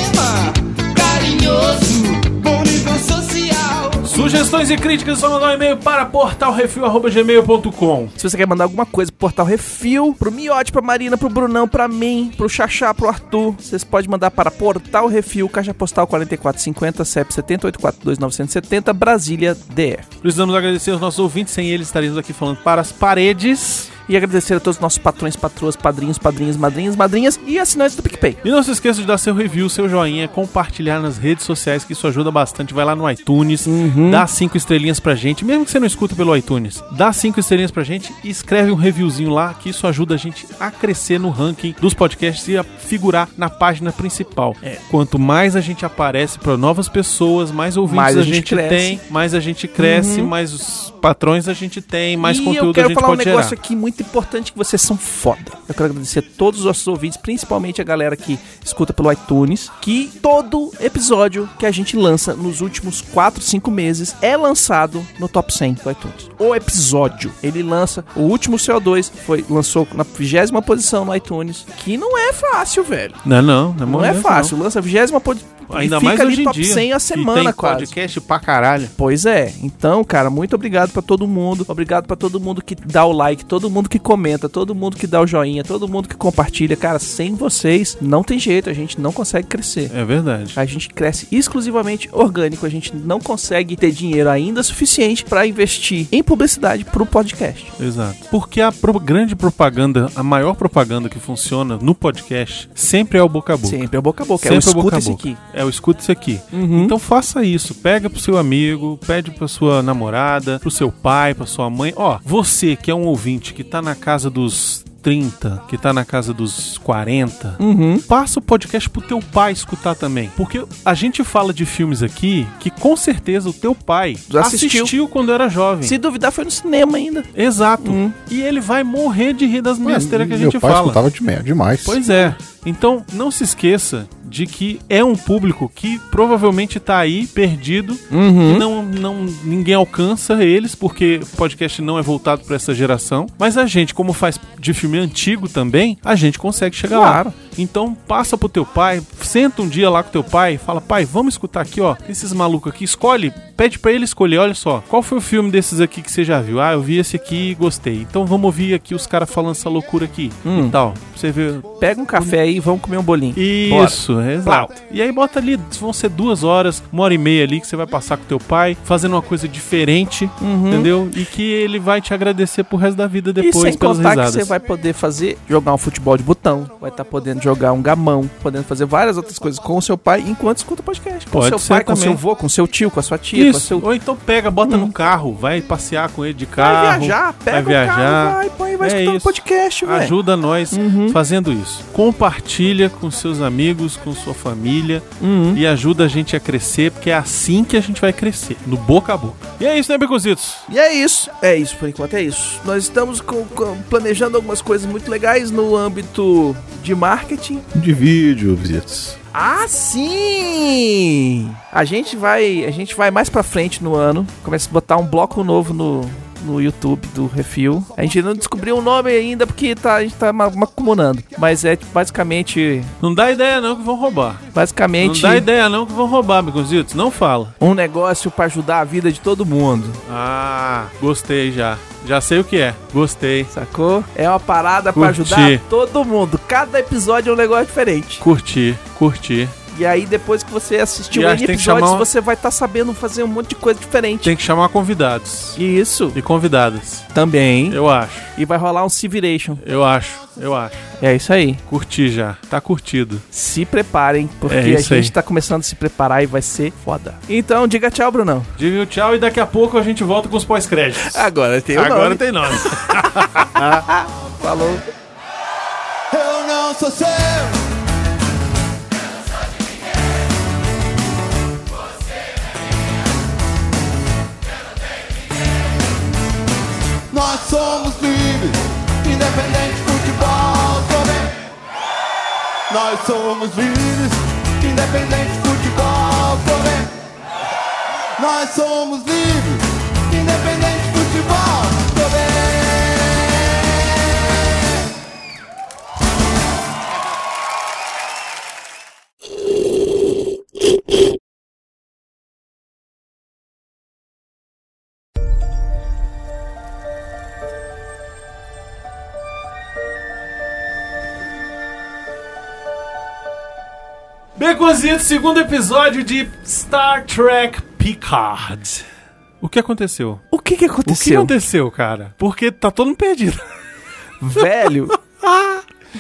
H: Carinhoso, bom nível social.
A: Sugestões e críticas, só mandar um e-mail para portalrefil.gmail.com.
B: Se você quer mandar alguma coisa pro Portal Refil, pro Miote, pra Marina, pro Brunão, pra mim, pro Xaxá, pro Arthur, vocês podem mandar para Portal Refil, Caixa Postal 4450, CEP 708429070, Brasília, DF.
A: Precisamos agradecer aos nossos ouvintes, sem eles estaremos aqui falando para as paredes.
B: E agradecer a todos os nossos patrões, patroas, padrinhos, padrinhas, madrinhas, madrinhas e assinantes do PicPay.
A: E não se esqueça de dar seu review, seu joinha, compartilhar nas redes sociais, que isso ajuda bastante. Vai lá no iTunes,
B: Uhum.
A: dá cinco estrelinhas pra gente, mesmo que você não escuta pelo iTunes. Dá cinco estrelinhas pra gente e escreve um reviewzinho lá, que isso ajuda a gente a crescer no ranking dos podcasts e a figurar na página principal. É, Quanto mais a gente aparece pra novas pessoas, mais ouvintes
B: Mais
A: a,
B: a gente
A: gente,
B: cresce.
A: tem, mais a gente cresce, mais os patrões a gente tem, mais
B: e
A: conteúdo
B: eu quero
A: a gente
B: falar um
A: pode
B: negócio
A: gerar.
B: aqui muito importante que vocês são foda. Eu quero agradecer a todos os nossos ouvintes, principalmente a galera que escuta pelo iTunes, que todo episódio que a gente lança nos últimos 4, 5 meses é lançado no top 100 do iTunes. O episódio, ele lança, o último CO2 foi lançou na 20 posição no iTunes, que não é fácil, velho.
A: Não, não, não,
B: Não é
A: momento,
B: fácil, lança a 20 po-
A: Ainda
B: e fica
A: mais
B: ali
A: hoje em
B: top
A: dia.
B: 100 a
A: que
B: semana
A: tem
B: quase.
A: podcast pra caralho.
B: Pois é. Então, cara, muito obrigado pra todo mundo. Obrigado pra todo mundo que dá o like, todo mundo que comenta, todo mundo que dá o joinha, todo mundo que compartilha. Cara, sem vocês não tem jeito, a gente não consegue crescer.
A: É verdade.
B: A gente cresce exclusivamente orgânico, a gente não consegue ter dinheiro ainda suficiente pra investir em publicidade pro podcast.
A: Exato. Porque a pro- grande propaganda, a maior propaganda que funciona no podcast, sempre é o boca a boca.
B: Sempre é o boca a boca,
A: Sempre
B: é o
A: o boca
B: escuta
A: a
B: isso
A: boca.
B: aqui.
A: É o escuta isso aqui. Então faça isso. Pega pro seu amigo, pede pra sua namorada, pro seu pai, pra sua mãe. Ó, você que é um ouvinte que tá na casa dos 30, que tá na casa dos 40, passa o podcast pro teu pai escutar também. Porque a gente fala de filmes aqui que com certeza o teu pai
B: Assistiu.
A: assistiu, quando era jovem.
B: Se duvidar, foi no cinema ainda.
A: Exato. E ele vai morrer de rir das besteiras que a gente
C: Meu pai
A: fala.
C: escutava de merda demais.
A: Pois é. Então, não se esqueça de que é um público que provavelmente tá aí perdido, e não, não ninguém alcança eles porque o podcast não é voltado pra essa geração, mas a gente, como faz de filme antigo também, a gente consegue chegar
B: Claro.
A: lá. Então, passa pro teu pai, senta um dia lá com teu pai, e fala: "Pai, vamos escutar aqui, ó, esses malucos aqui, escolhe, pede pra ele escolher, olha só, qual foi o filme desses aqui que você já viu? Ah, eu vi esse aqui e gostei. Então, vamos ouvir aqui os caras falando essa loucura aqui e tal." Pra você ver
B: Pega um café aí e vamos comer um bolinho. Bora.
A: isso, é exato. E aí bota ali, vão ser duas horas, uma hora e meia ali que você vai passar com teu pai, fazendo uma coisa diferente, entendeu? E que ele vai te agradecer pro resto da vida depois
B: Uhum. e sem
A: pelas
B: contar
A: risadas.
B: que você vai poder fazer, jogar um futebol de botão, vai estar podendo jogar um gamão, podendo fazer várias outras coisas com o seu pai enquanto escuta o podcast. Com
A: Pode
B: seu
A: ser
B: pai, com
A: também.
B: seu avô, com seu tio, com a sua tia, com
A: Isso.
B: a seu... Uhum.
A: Ou então pega, bota no carro, vai passear com ele de carro.
B: Vai viajar, pega
A: vai viajar.
B: o carro, vai, põe, vai
A: É
B: escutar o
A: isso.
B: podcast, velho. Uhum.
A: Ajuda nós fazendo isso. Compartilha com seus amigos, com sua família e ajuda a gente a crescer, porque é assim que a gente vai crescer, no boca a boca. E é isso, né, Bicuzitos?
B: E é isso. É isso, por enquanto é isso. Nós estamos com- com- planejando algumas coisas muito legais no âmbito de marketing.
C: De vídeo, visitas.
B: Ah, sim! A gente vai, a gente vai mais pra frente no ano, começa a botar um bloco novo no no YouTube do Refil. A gente não descobriu o nome ainda porque tá, a gente tá ma- ma- acumulando. Mas é tipo, basicamente,
A: Não dá ideia não que vão roubar.
B: basicamente
A: Não dá ideia não que vão roubar, Bicuzitos. Não fala.
B: um negócio pra ajudar a vida de todo mundo.
A: Ah, gostei já. Já sei o que é. Gostei.
B: Sacou? É uma parada pra
A: Curti.
B: ajudar todo mundo. Cada episódio é um negócio diferente.
A: Curti, curti.
B: E aí, depois que você assistiu
A: E
B: N
A: acho que tem que
B: episódios,
A: chamar um-
B: você vai estar sabendo fazer um monte de coisa diferente.
A: Tem que chamar convidados.
B: E Isso.
A: E convidadas.
B: Também.
A: Eu acho.
B: E vai rolar um Civilation.
A: Eu acho. Eu acho.
B: É isso aí.
A: Curti já. Tá curtido.
B: Se preparem, porque
A: É
B: a
A: isso
B: gente
A: aí.
B: tá começando a se preparar e vai ser foda. Então, diga tchau, Brunão.
A: Diga o tchau e daqui a pouco a gente volta com os pós-créditos.
B: Agora tem
A: Agora tem nome. *laughs*
B: Falou.
H: Eu não sou seu. Nós somos livres, independente de futebol também. Nós somos livres, independente de futebol também. Nós somos livres, independente de futebol também.
A: Becozito, segundo episódio de Star Trek Picard. O que aconteceu?
B: O que que
A: O que
B: aconteceu? *laughs*
A: aconteceu, cara? Porque tá todo mundo perdido.
B: *laughs* Velho.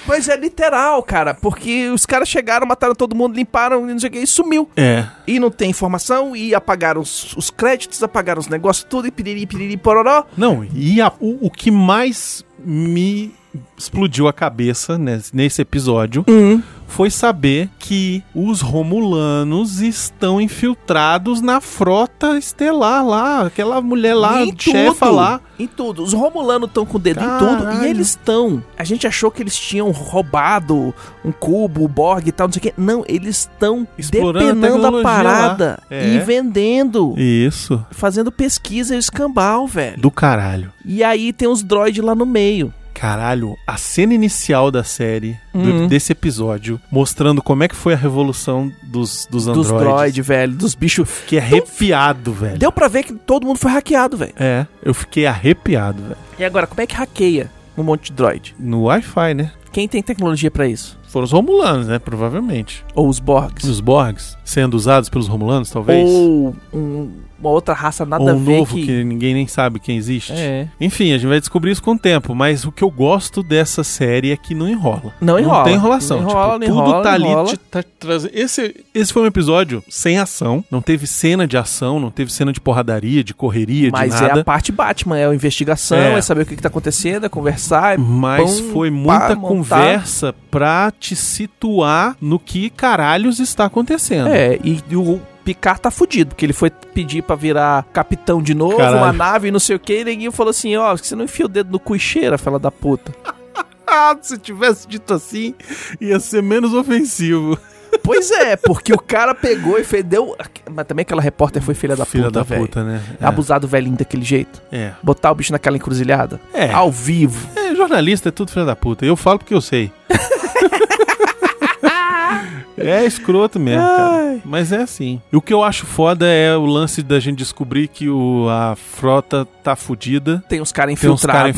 B: Mas é literal, cara, porque os caras chegaram, mataram todo mundo, limparam e não sei o que, e sumiu.
A: É.
B: E não tem informação, e apagaram os, os créditos, apagaram os negócios, tudo, e piriri, piriri, pororó.
A: Não, e a- o, o que mais me explodiu a cabeça nes- nesse episódio
B: Hum.
A: foi saber que os romulanos estão infiltrados na frota estelar lá, aquela mulher lá, chefa lá.
B: Em tudo. Os Romulanos estão com o dedo em tudo.
A: Caralho.
B: E eles estão. A gente achou que eles tinham roubado um cubo, o Borg e tal, não sei o quê. Não, eles estão
A: Explorando a
B: depenando a,
A: tecnologia
B: parada
A: lá.
B: e
A: É.
B: vendendo.
A: Isso,
B: Fazendo pesquisa e escambau, velho.
A: do caralho.
B: E aí tem os droids lá no meio.
A: Caralho, a cena inicial da série, do-
B: Uhum.
A: desse episódio, mostrando como é que foi a revolução dos, dos androides.
B: Dos droid, velho, dos bichos.
A: Fiquei arrepiado, velho.
B: Deu pra ver que todo mundo foi hackeado, velho.
A: É, eu fiquei arrepiado, velho.
B: E agora, como é que hackeia um monte de droid?
A: No Wi-Fi, né?
B: Quem tem tecnologia pra isso?
A: Foram os romulanos, né? Provavelmente.
B: Ou os Borgs?
A: Os Borgs sendo usados pelos romulanos, talvez.
B: Ou um- uma outra raça nada
A: Ou
B: a
A: um
B: ver
A: novo que...
B: que...
A: ninguém nem sabe quem existe.
B: É.
A: Enfim, a gente vai descobrir isso com o tempo, mas o que eu gosto dessa série é que não enrola.
B: Não enrola.
A: Não tem enrolação.
B: Não enrola,
A: tipo,
B: não
A: tudo
B: enrola,
A: tá
B: não
A: ali.
B: enrola.
A: te- Tá trazendo. Esse, esse foi um episódio sem ação. Não teve cena de ação, não teve cena de porradaria, de correria,
B: Mas
A: de
B: é
A: nada.
B: a parte Batman, é a investigação, é,
A: É.
B: saber o que, que tá acontecendo, é conversar, é
A: Mas
B: pão,
A: foi
B: pá,
A: muita
B: montar.
A: conversa pra te situar no que caralhos está acontecendo.
B: É, e, e o Picard tá fudido, porque ele foi pedir pra virar capitão de novo,
A: Caralho.
B: uma nave, não sei o que, e o neguinho falou assim, ó, você não enfia o dedo no cu e cheira, fela da puta.
A: Ah, se tivesse dito assim, ia ser menos ofensivo.
B: pois é, porque o cara pegou e fez, deu... Mas também aquela repórter foi filha da
A: Filha
B: puta,
A: É da
B: velho.
A: puta, né?
B: Abusar do velhinho daquele jeito.
A: É. é.
B: Botar o bicho naquela encruzilhada.
A: É.
B: Ao vivo.
A: É, jornalista é tudo filha da puta. Eu falo porque eu *laughs* sei. É escroto mesmo, cara. Mas é assim. E o que eu acho foda é o lance da gente descobrir que o, a frota tá fudida.
B: Tem uns caras
A: Tem uns caras
B: infiltrados.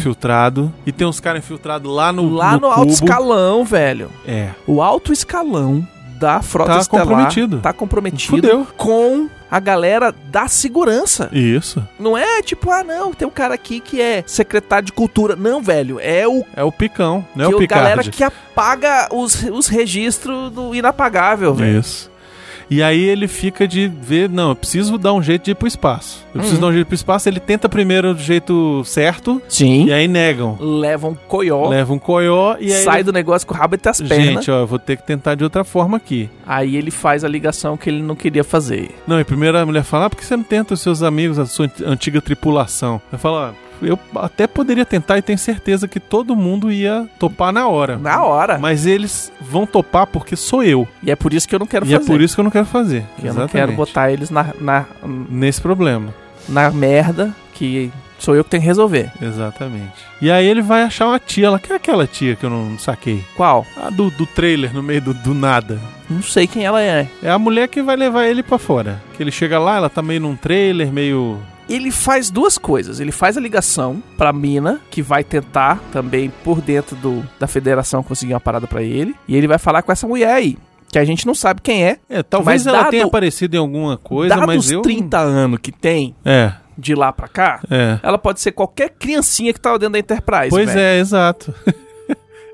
A: infiltrados. E tem uns caras infiltrados lá no.
B: Lá no, alto
A: cubo.
B: escalão, velho.
A: É.
B: O alto escalão da Frota
A: Tá
B: Estelar
A: comprometido.
B: tá comprometido
A: Fudeu.
B: com a galera da segurança.
A: Isso.
B: Não é tipo, ah, não, tem um cara aqui que é secretário de cultura. Não, velho, é o
A: É o picão, não é
B: que
A: o
B: o galera
A: Picard.
B: que apaga os, os registros do inapagável, velho.
A: Isso. E aí ele fica de ver, não, eu preciso dar um jeito de ir pro espaço. Eu
B: Uhum.
A: preciso dar um jeito pro espaço. Ele tenta primeiro do jeito certo
B: Sim.
A: e aí negam.
B: Leva um coió,
A: Leva um coió e aí
B: sai
A: ele-
B: do negócio com o rabo entre as pernas.
A: Gente, ó, eu vou ter que tentar de outra forma aqui.
B: Aí ele faz a ligação que ele não queria fazer.
A: Não, e primeiro a mulher fala, ah, por que você não tenta os seus amigos, a sua antiga tripulação? Eu falo, "Ah, eu até poderia tentar e tenho certeza que todo mundo ia topar na hora.
B: Na hora.
A: Mas eles vão topar porque sou eu.
B: E é por isso que eu não quero
A: e
B: fazer.
A: é por isso que eu não quero fazer.
B: que eu não quero botar eles na, na,
A: Nesse problema.
B: na merda que sou eu que tenho que resolver.
A: Exatamente. E aí ele vai achar uma tia lá, que é aquela tia que eu não saquei.
B: Qual?
A: A do, do trailer, no meio do, do nada.
B: Não sei quem ela é.
A: É a mulher que vai levar ele pra fora. Que ele chega lá, ela tá meio num trailer, meio
B: Ele faz duas coisas. Ele faz a ligação pra mina, que vai tentar também por dentro do, da federação conseguir uma parada pra ele. E ele vai falar com essa mulher aí, que a gente não sabe quem é.
A: É, talvez
B: Mas
A: ela
B: dado-
A: tenha aparecido em alguma coisa,
B: Dados
A: mas eu.
B: 30 anos que tem
A: É,
B: de lá pra cá,
A: é.
B: ela pode ser qualquer criancinha que tava dentro da Enterprise.
A: pois
B: velho.
A: é, exato. *laughs*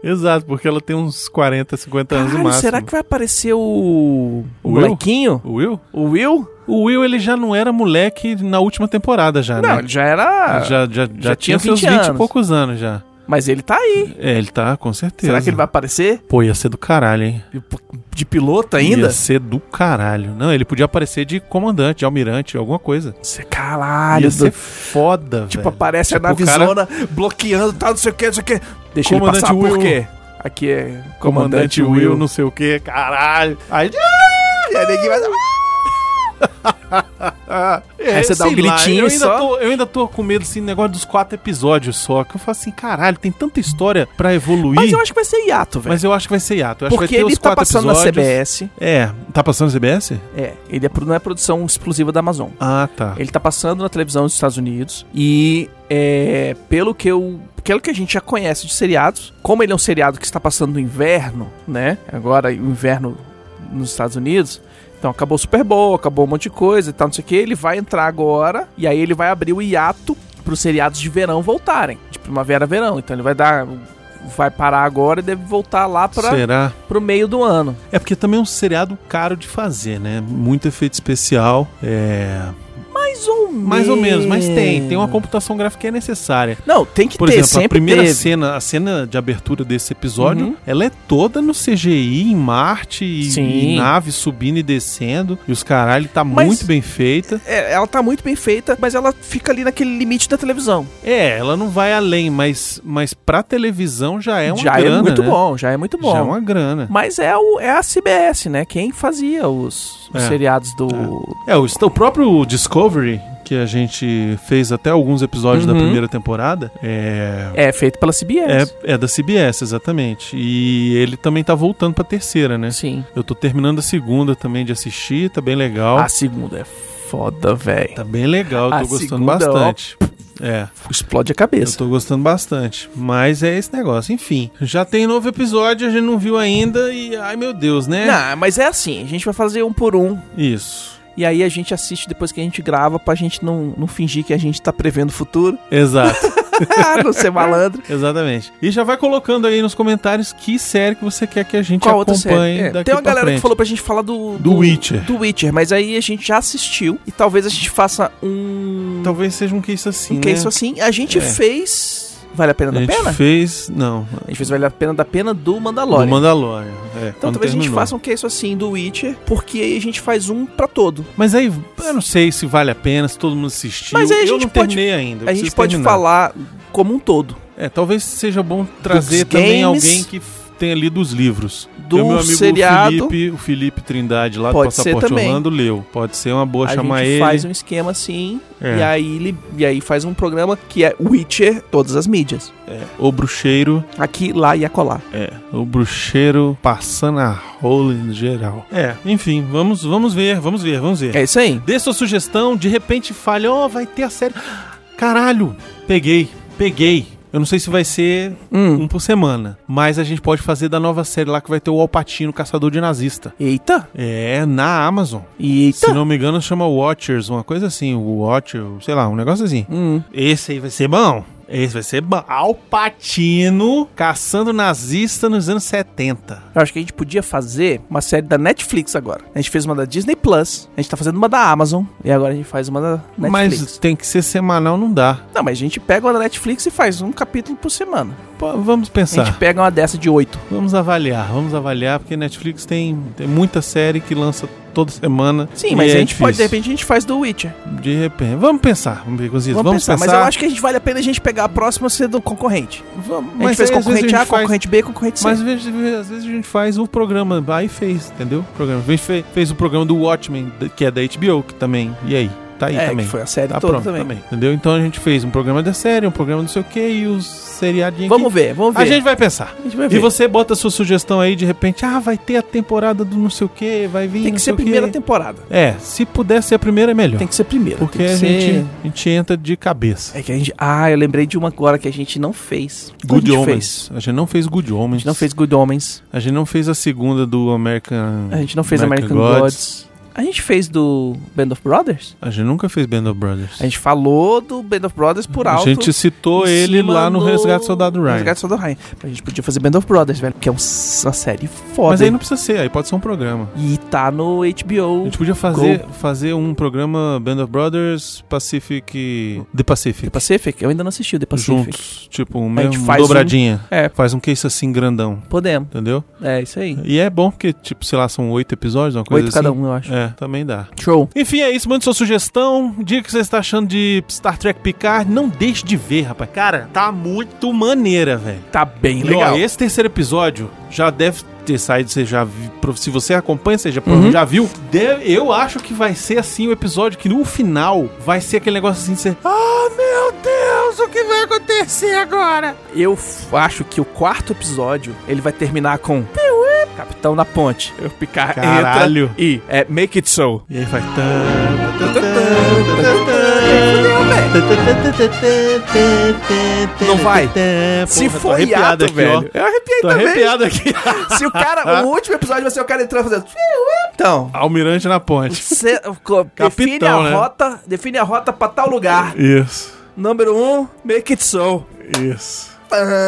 A: exato, porque ela tem uns 40, 50 anos no
B: Caralho,
A: é, máximo.
B: será que vai aparecer o. O
A: Will?
B: molequinho?
A: O Will?
B: O Will?
A: O Will, ele já não era moleque na última temporada, já,
B: Não,
A: né?
B: ele já era.
A: Ele já, já, já,
B: já
A: tinha
B: tinha
A: seus
B: 20
A: 20 e
B: anos.
A: poucos anos já.
B: Mas ele tá aí.
A: É, ele tá, com certeza.
B: Será que ele vai aparecer?
A: Pô, ia ser do caralho, hein?
B: De piloto
A: Ia
B: ainda?
A: ser do caralho. Não, ele podia aparecer de comandante, de almirante, alguma coisa.
B: Caralho,
A: ia
B: Ah, do-
A: ser foda,
B: Tipo,
A: velho.
B: aparece
A: Tipo,
B: a
A: o cara-
B: navezona bloqueando, tá, não sei o que, não sei o que. Deixa
A: Comandante
B: ele passar,
A: Will.
B: por quê? Aqui é
A: Comandante Will, não sei o que, caralho. Aí,
B: E aí ninguém vai... Ah,
A: É,
B: Aí você dá um
A: sei lá,
B: gritinho
A: eu
B: e
A: ainda
B: só.
A: Tô, eu ainda tô com medo desse negócio dos quatro episódios só. Que eu falo assim, caralho, tem tanta história pra evoluir.
B: Mas eu acho que vai ser hiato, velho.
A: mas eu acho que vai ser hiato. Eu acho
B: Porque
A: que vai ter
B: ele
A: os
B: tá
A: quatro
B: passando
A: episódios.
B: na CBS.
A: É, tá passando na CBS?
B: É, ele é pro- não é produção exclusiva da Amazon.
A: Ah, tá.
B: Ele tá passando na televisão dos Estados Unidos e é, pelo que eu pelo que a gente já conhece de seriados, como ele é um seriado que está passando no inverno, né? Agora o inverno nos Estados Unidos, então acabou o Super Bowl, acabou um monte de coisa e tal, não sei o que. Ele vai entrar agora e aí ele vai abrir o hiato para os seriados de verão voltarem, de primavera a verão. Então ele vai dar, vai parar agora e deve voltar lá para
A: Será?
B: o meio do ano.
A: É porque também é um seriado caro de fazer, né? Muito efeito especial. É.
B: Mais ou menos.
A: Mais ou menos, mas tem. Tem uma computação gráfica que é necessária.
B: Não, tem que
A: Por
B: ter,
A: exemplo,
B: sempre
A: a primeira
B: teve.
A: cena, a cena de abertura desse episódio,
B: Uhum.
A: ela é toda no CGI, em Marte, e,
B: Sim.
A: e nave subindo e descendo, e os caralho, tá
B: Mas-
A: muito bem feita.
B: É, ela tá muito bem feita, mas ela fica ali naquele limite da televisão.
A: É, ela não vai além, mas, mas pra televisão já é uma
B: já
A: grana,
B: é muito
A: né?
B: bom, já é muito bom.
A: Já é uma grana.
B: Mas é, o, é a CBS, né? Quem fazia os, os
A: É.
B: seriados do.
A: É, o, o próprio Discovery Theory, que a gente fez até alguns episódios da primeira temporada, é.
B: Uhum. É feito pela CBS.
A: É, é da CBS, exatamente. E ele também tá voltando pra terceira, né?
B: Sim.
A: Eu tô terminando a segunda também de assistir, tá bem legal.
B: A segunda é foda, velho.
A: Tá bem legal, eu
B: a
A: tô gostando
B: segunda, ó.
A: bastante. É.
B: Explode a
A: Eu
B: cabeça.
A: tô gostando bastante. Mas é esse negócio. Enfim, já tem novo episódio, a gente não viu ainda e. Ai meu Deus, né?
B: Não, mas é assim, a gente vai fazer um por um.
A: Isso.
B: E aí a gente assiste depois que a gente grava pra gente não, não fingir que a gente tá prevendo o futuro. *laughs*
A: Exato, *laughs*
B: não ser malandro.
A: exatamente. E já vai colocando aí nos comentários que série que você quer que a gente
B: Qual outra série?
A: acompanhe
B: É,
A: daqui
B: Tem uma
A: pra
B: galera
A: frente.
B: que falou pra gente falar do,
A: Do Witcher.
B: Do Witcher, mas aí a gente já assistiu e talvez a gente faça um.
A: Talvez seja um case assim,
B: um
A: né?
B: case assim. A gente
A: É.
B: fez. Vale a pena
A: A
B: da
A: gente
B: pena?
A: fez... Não,
B: A gente fez Vale a pena da pena do
A: do
B: Mandalorian.
A: Mandalorian. É,
B: Então
A: quando
B: talvez a gente
A: terminou.
B: faça um case assim do Witcher, porque aí a gente faz um pra todo.
A: Mas aí, eu não sei se vale a pena, se todo mundo assistiu.
B: Mas aí a
A: eu
B: gente
A: não
B: pode-
A: terminei ainda. eu
B: a gente
A: preciso
B: pode
A: terminar.
B: falar como um todo.
A: É, talvez seja bom trazer
B: Dos
A: também
B: games.
A: alguém que f- tenha lido os livros.
B: Do
A: Tem o meu amigo
B: seriado.
A: Felipe, o Felipe Trindade lá
B: Pode
A: do
B: ser
A: Passaporte
B: também.
A: Orlando leu. Pode ser uma boa
B: a
A: chamar
B: gente
A: ele.
B: faz um esquema assim,
A: É.
B: e, aí, ele- e aí faz um programa que é Witcher, todas as mídias.
A: O bruxeiro.
B: Aqui, lá e acolá.
A: É, o bruxeiro passando a rola em geral. É, enfim, vamos, vamos ver, vamos ver, vamos ver.
B: É isso aí.
A: Dê sua sugestão, de repente fale, ó, vai ter a série. Caralho, peguei, peguei. Eu não sei se vai ser
B: Hum.
A: um por semana, mas a gente pode fazer da nova série lá que vai ter o Alpatino, caçador de nazista.
B: Eita,
A: É, na Amazon.
B: eita.
A: Se não me engano, chama Watchers, uma coisa assim, o Watcher, sei lá, um negócio assim.
B: Hum.
A: Esse aí vai ser bom. Esse vai ser bom. Alpatino caçando nazista nos anos 70.
B: Eu acho que a gente podia fazer uma série da Netflix agora. A gente fez uma da Disney Plus, a gente tá fazendo uma da Amazon, e agora a gente faz uma da Netflix.
A: Mas tem que ser semanal, não dá.
B: Não, mas a gente pega uma da Netflix e faz um capítulo por semana.
A: Pô, vamos
B: A
A: pensar.
B: gente pega uma dessa de oito.
A: Vamos avaliar, vamos avaliar, porque Netflix tem, tem muita série que lança toda semana.
B: Sim,
A: e
B: mas
A: é
B: a gente pode, de
A: difícil.
B: repente, a gente faz do Witcher.
A: De repente. Vamos pensar, vamos, ver, Cozito, vamos pensar.
B: Mas eu acho que a gente vale a pena a gente pegar a próxima ser do concorrente.
A: Vamos,
B: a gente fez
A: aí, às vezes,
B: concorrente A,
A: gente faz-
B: concorrente B, concorrente C.
A: Mas às vezes, às vezes a gente faz o programa, aí fez, entendeu? O programa. A gente fe- fez, o programa do Watchmen, da- que é da HBO, que também. E aí? Tá aí
B: é,
A: também.
B: que foi a série
A: Tá
B: toda
A: pronto
B: também.
A: também. Entendeu? Então a gente fez um programa da série, um programa não sei o que e os seriadinhos.
B: Vamos ver, vamos ver.
A: A gente vai pensar.
B: A gente vai
A: E você bota a sua sugestão aí, de repente, ah, vai ter a temporada do não sei o que, vai vir.
B: Tem
A: não
B: que
A: sei
B: ser
A: o
B: a
A: quê.
B: primeira temporada.
A: É, se puder ser a primeira, é melhor.
B: Tem que ser a primeira.
A: Porque
B: tem que
A: a,
B: ser-
A: gente, a gente entra de cabeça.
B: É que a gente... Ah, eu lembrei de uma agora que a gente não fez. Qual a
A: Good
B: gente
A: Omens.
B: É, fez?
A: A gente não fez Good Omens.
B: A gente não fez Good Omens.
A: A gente não fez a segunda do American.
B: A gente não fez American,
A: American
B: Gods. A gente fez do Band of Brothers?
A: A gente nunca fez Band of Brothers.
B: A gente falou do Band of Brothers por
A: A
B: alto.
A: gente citou
B: em
A: ele
B: cima
A: lá no Resgate do Soldado Ryan.
B: Resgate do Soldado Ryan. A gente podia fazer Band of Brothers, velho, que é um- uma série foda.
A: Mas aí não precisa ser, aí pode ser um programa.
B: E tá no
A: A
B: HBO.
A: gente podia fazer, fazer um programa Band of Brothers Pacific. The Pacific.
B: The Pacific? Eu ainda não assisti o The Pacific.
A: Juntos. Tipo, um
B: A gente
A: mesmo
B: faz
A: dobradinha.
B: É.
A: Faz um case assim grandão,
B: Podemos.
A: entendeu?
B: É, isso aí.
A: E é bom porque, tipo, sei lá, são oito episódios, uma coisa
B: Oito
A: assim.
B: cada um, eu acho.
A: É, também dá.
B: Show.
A: Enfim, é isso. Mande sua sugestão. Diga o que você está achando de Star Trek Picard. Não deixe de ver, rapaz. Cara, tá muito maneira, velho.
B: Tá bem
A: E ó,
B: legal.
A: esse terceiro episódio já deve ter saído, você já vi- pro- se você acompanha, você já,
B: Uhum.
A: provavelmente já viu. Deve- eu acho que vai ser assim o episódio que no final vai ser aquele negócio assim de você. Ah, meu Deus, o que vai acontecer agora?
B: Eu f- acho que o quarto episódio, ele vai terminar com... Capitão na ponte. Eu picar
A: Caralho.
B: entra e é Make It So.
A: E aí vai.
B: Não vai? Se
A: Porra, tô
B: for
A: arrepiado
B: hiato,
A: aqui, ó.
B: velho. Eu arrepiei
A: Tô
B: também.
A: arrepiado aqui. *laughs*
B: Se o cara... o último episódio vai ser o cara entrando fazendo... Então...
A: Almirante na ponte.
B: Cê, co- define
A: *laughs* Capitão,
B: a
A: né?
B: rota, define a rota pra tal lugar.
A: Isso,
B: Número 1, um, make it so.
A: isso.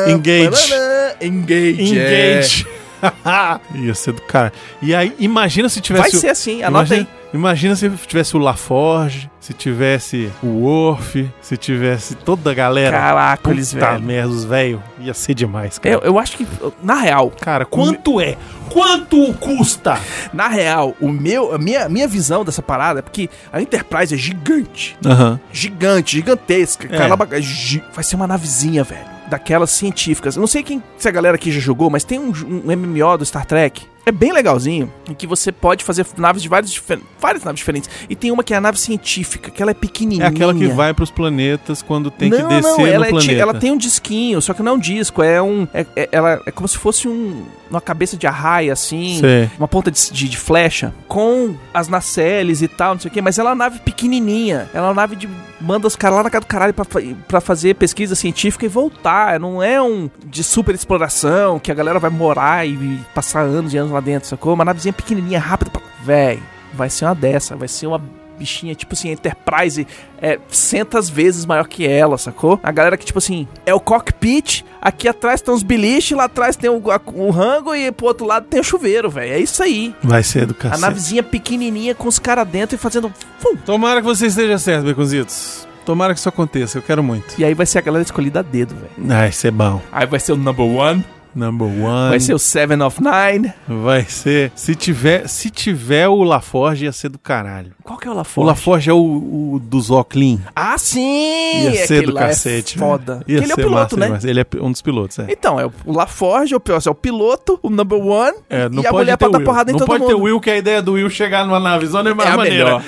A: Engage.
B: Engage. *laughs*
A: Engage. é. Ia ser do cara. E aí, imagina se
B: Vai
A: tivesse. o-
B: ser assim, anota
A: imagina,
B: aí.
A: imagina se tivesse o Laforge, se tivesse o Worf, se tivesse toda a galera.
B: Caraca,
A: Puta
B: eles velho.
A: merda, os velho. Ia ser demais, cara.
B: Eu, eu acho que, na real,
A: Cara, quanto é? Quanto custa?
B: na real, o meu, a minha, minha visão dessa parada é porque a Enterprise é gigante.
A: Aham.
B: Gigante, gigantesca.
A: É.
B: Caramba, gi- vai ser uma navezinha, velho. Daquelas científicas. Eu não sei quem, se a galera aqui já jogou, mas tem um, j- um MMO do Star Trek É bem legalzinho, em que você pode fazer naves de vários difer- várias naves diferentes. E tem uma que é a nave científica, que ela é pequenininha.
A: É aquela que vai pros planetas quando tem que
B: Não,
A: descer
B: não, ela
A: no
B: é ti-
A: planeta.
B: ela tem um disquinho, só que não é um disco, é um. É, é- ela é como se fosse um, uma cabeça de arraia, assim.
A: Sei.
B: Uma ponta de, de- de flecha. Com as nacelles e tal, não sei o quê. Mas ela é uma nave pequenininha. Ela é uma nave de. Manda os caras lá na casa do caralho pra, fa- pra fazer pesquisa científica e voltar. Não é um de super exploração que a galera vai morar e passar anos e anos lá dentro, sacou? Uma navezinha pequenininha, rápida. pra- Véi, vai ser uma dessa. Vai ser uma bichinha, tipo assim, Enterprise é centas vezes maior que ela, sacou? A galera que, tipo assim, é o cockpit, aqui atrás tem uns biliches, lá atrás tem o, a- o rango e pro outro lado tem o chuveiro, velho. É isso aí.
A: Vai ser do
B: A
A: cacete.
B: navezinha pequenininha com os caras dentro e fazendo... fum.
A: Tomara que você esteja certo, Beconzitos. Tomara que isso aconteça, eu quero muito.
B: E aí vai ser a galera escolhida a dedo, velho.
A: Ah, isso é bom.
B: Aí vai ser o number one,
A: Number one.
B: vai ser o seven of nine.
A: Vai ser. Se tiver, se tiver o Laforge, ia ser do caralho.
B: Qual que é o
A: O
B: Laforge?
A: Laforge é o, o dos Oclean.
B: Ah, sim!
A: Ia ser
B: Aquele
A: do
B: lá é
A: cacete.
B: foda.
A: Ia
B: Aquele é
A: ser
B: o piloto,
A: massa
B: né?
A: demais. Ele é um dos pilotos, é.
B: Então, é o Laforge, é o, pior, é o piloto, o number one
A: É, não
B: e a
A: pode
B: mulher
A: ter
B: pra dar
A: Will.
B: porrada em
A: não
B: todo
A: pode
B: mundo.
A: ter Will, que a ideia do Will é chegar numa navezona é mais
B: a
A: maneira.
B: melhor.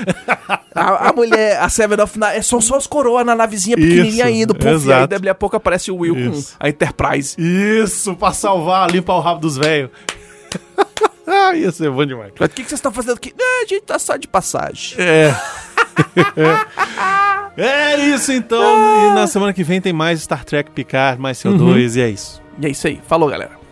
B: A, a mulher, a Seven of Nine, é, são só os coroas na navezinha pequenininha
A: Isso,
B: indo, puf, e aí
A: exato.
B: daí a pouco aparece o Will
A: Isso.
B: com a Enterprise.
A: Isso, pra salvar, limpar o rabo dos velhos. Ah, *laughs* ia ser bom demais.
B: Mas o que, que vocês estão fazendo aqui? Ah, a gente tá só de passagem.
A: É. *laughs* é isso então. E na semana que vem tem mais Star Trek Picard, mais CO2 e é isso.
B: E é isso aí, falou galera.